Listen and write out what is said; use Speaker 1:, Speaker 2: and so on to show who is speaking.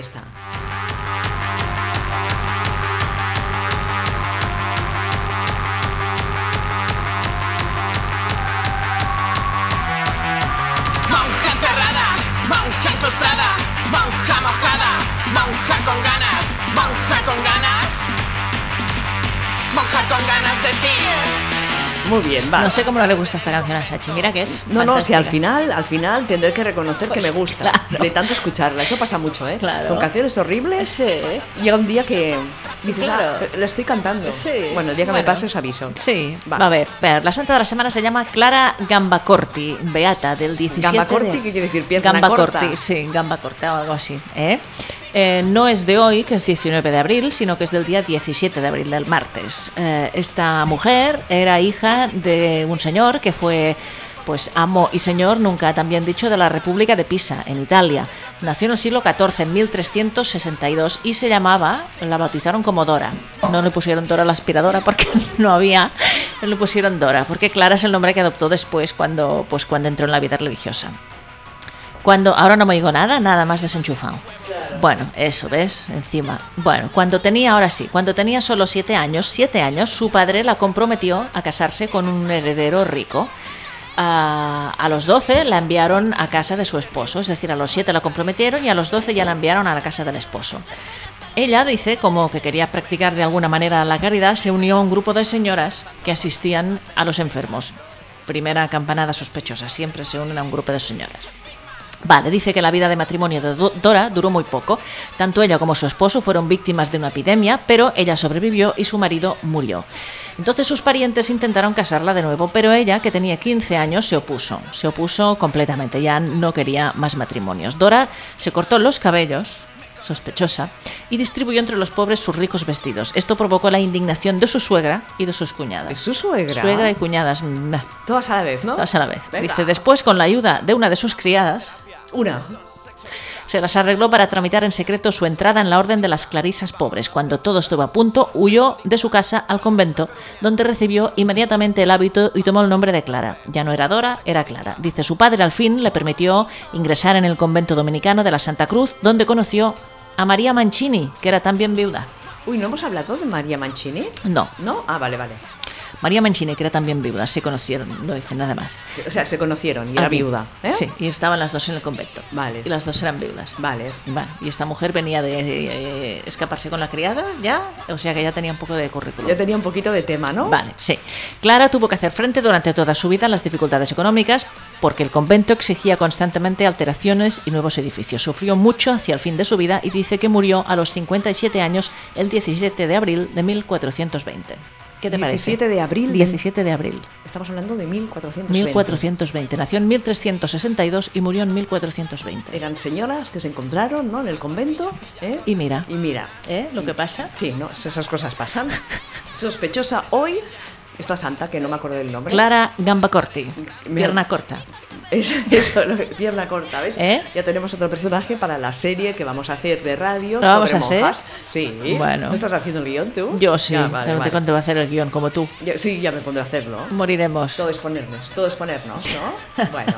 Speaker 1: Está.
Speaker 2: Monja cerrada, monja tostrada, monja mojada, monja con ganas, monja con ganas, monja con ganas de ti.
Speaker 3: Muy bien, va.
Speaker 1: No sé cómo no le gusta esta canción a Sachi, mira que es.
Speaker 3: No, no, si
Speaker 1: fantástica. Pues
Speaker 3: al final, al final tendré que reconocer que me gusta
Speaker 1: claro.
Speaker 3: de tanto escucharla. Eso pasa mucho, ¿eh?
Speaker 1: Claro.
Speaker 3: Con canciones horribles, llega un día que dices,
Speaker 1: Claro.
Speaker 3: "Ah, la estoy cantando.
Speaker 1: Sí.
Speaker 3: Bueno, el día que me
Speaker 1: Bueno.
Speaker 3: pase os aviso.
Speaker 1: Sí,
Speaker 3: Va.
Speaker 1: va. a ver, ver, la santa de la semana se llama Clara Gambacorti, beata del 17
Speaker 3: Gambacorti,
Speaker 1: de-
Speaker 3: ¿qué quiere decir? Pierna
Speaker 1: Gambacorti,
Speaker 3: corta.
Speaker 1: sí, gamba corta o algo así, ¿eh? Eh, no es de hoy, que es 19 de abril, sino que es del día 17 de abril, del martes. Eh, esta mujer era hija de un señor que fue pues amo y señor, nunca también dicho, de la República de Pisa, en Italia. Nació en el siglo XIV, en 1362, y se llamaba, la bautizaron como Dora. No le pusieron Dora la aspiradora porque no había, le pusieron Dora, porque Clara es el nombre que adoptó después cuando, pues, cuando entró en la vida religiosa. Cuando ahora no me digo nada, nada más desenchufado. Bueno, eso, ¿ves? Encima. Bueno, cuando tenía, ahora sí, cuando tenía solo siete años, siete años, su padre la comprometió a casarse con un heredero rico. A, a los 12 la enviaron a casa de su esposo, es decir, a los siete la comprometieron y a los 12 ya la enviaron a la casa del esposo. Ella dice, como que quería practicar de alguna manera la caridad, se unió a un grupo de señoras que asistían a los enfermos. Primera campanada sospechosa, siempre se unen a un grupo de señoras. Vale, dice que la vida de matrimonio de Do- Dora duró muy poco. Tanto ella como su esposo fueron víctimas de una epidemia, pero ella sobrevivió y su marido murió. Entonces sus parientes intentaron casarla de nuevo, pero ella, que tenía 15 años, se opuso. Se opuso completamente, ya no quería más matrimonios. Dora se cortó los cabellos, sospechosa, y distribuyó entre los pobres sus ricos vestidos. Esto provocó la indignación de su suegra y de sus cuñadas.
Speaker 3: ¿Es su suegra?
Speaker 1: Suegra y cuñadas, mm,
Speaker 3: Todas a la vez, ¿no?
Speaker 1: todas a la vez.
Speaker 3: Venga.
Speaker 1: Dice, después, con la ayuda de una de sus criadas,
Speaker 3: Una.
Speaker 1: se las arregló para tramitar en secreto su entrada en la Orden de las Clarisas Pobres. Cuando todo estuvo a punto, huyó de su casa al convento, donde recibió inmediatamente el hábito y tomó el nombre de Clara. Ya no era Dora, era Clara. Dice, su padre al fin le permitió ingresar en el convento dominicano de la Santa Cruz, donde conoció a María Mancini, que era también viuda.
Speaker 3: Uy, ¿no hemos hablado de María Mancini?
Speaker 1: No,
Speaker 3: ¿No? Ah, vale, vale.
Speaker 1: María Mancini, que era también viuda, se conocieron, no dice nada más.
Speaker 3: O sea, se conocieron y era
Speaker 1: Aquí.
Speaker 3: viuda. ¿eh?
Speaker 1: Ah, Sí, y estaban las dos en el convento.
Speaker 3: Vale.
Speaker 1: Y las dos eran viudas.
Speaker 3: Vale.
Speaker 1: Vale, y esta mujer venía de eh, escaparse con la criada, ya, o sea que ya tenía un poco de currículum.
Speaker 3: Yo tenía un poquito de tema, ¿no?
Speaker 1: Vale, sí. Clara tuvo que hacer frente durante toda su vida a las dificultades económicas porque el convento exigía constantemente alteraciones y nuevos edificios. Sufrió mucho hacia el fin de su vida y dice que murió a los 57 años el 17 de abril de 1420. ¿Qué te parece?
Speaker 3: 17 de abril.
Speaker 1: 17 de abril.
Speaker 3: Estamos hablando de 1420.
Speaker 1: 1420. Nació en 1362 y murió en 1420.
Speaker 3: Eran señoras que se encontraron, ¿no? En el convento. ¿eh?
Speaker 1: Y mira,
Speaker 3: Y mira.
Speaker 1: ¿eh? Lo que pasa.
Speaker 3: Sí, no, esas cosas pasan. Sospechosa hoy, esta santa, que no me acuerdo del nombre.
Speaker 1: Clara Gambacorti,
Speaker 3: Mira.
Speaker 1: pierna corta.
Speaker 3: Es, eso, lo- pierna corta, ¿ves?
Speaker 1: ¿Eh?
Speaker 3: Ya tenemos otro personaje para la serie que vamos a hacer de radio
Speaker 1: ¿Lo vamos
Speaker 3: sobre
Speaker 1: a hacer?
Speaker 3: monjas. Sí.
Speaker 1: Bueno.
Speaker 3: ¿No estás haciendo el guión tú?
Speaker 1: Yo sí,
Speaker 3: Ya,
Speaker 1: ya,
Speaker 3: vale,
Speaker 1: te
Speaker 3: vale.
Speaker 1: cuento, voy a hacer el guión como tú.
Speaker 3: Yo- sí, ya me pondré a hacerlo.
Speaker 1: Moriremos.
Speaker 3: Todo es ponernos, todo es ponernos, ¿no? Bueno.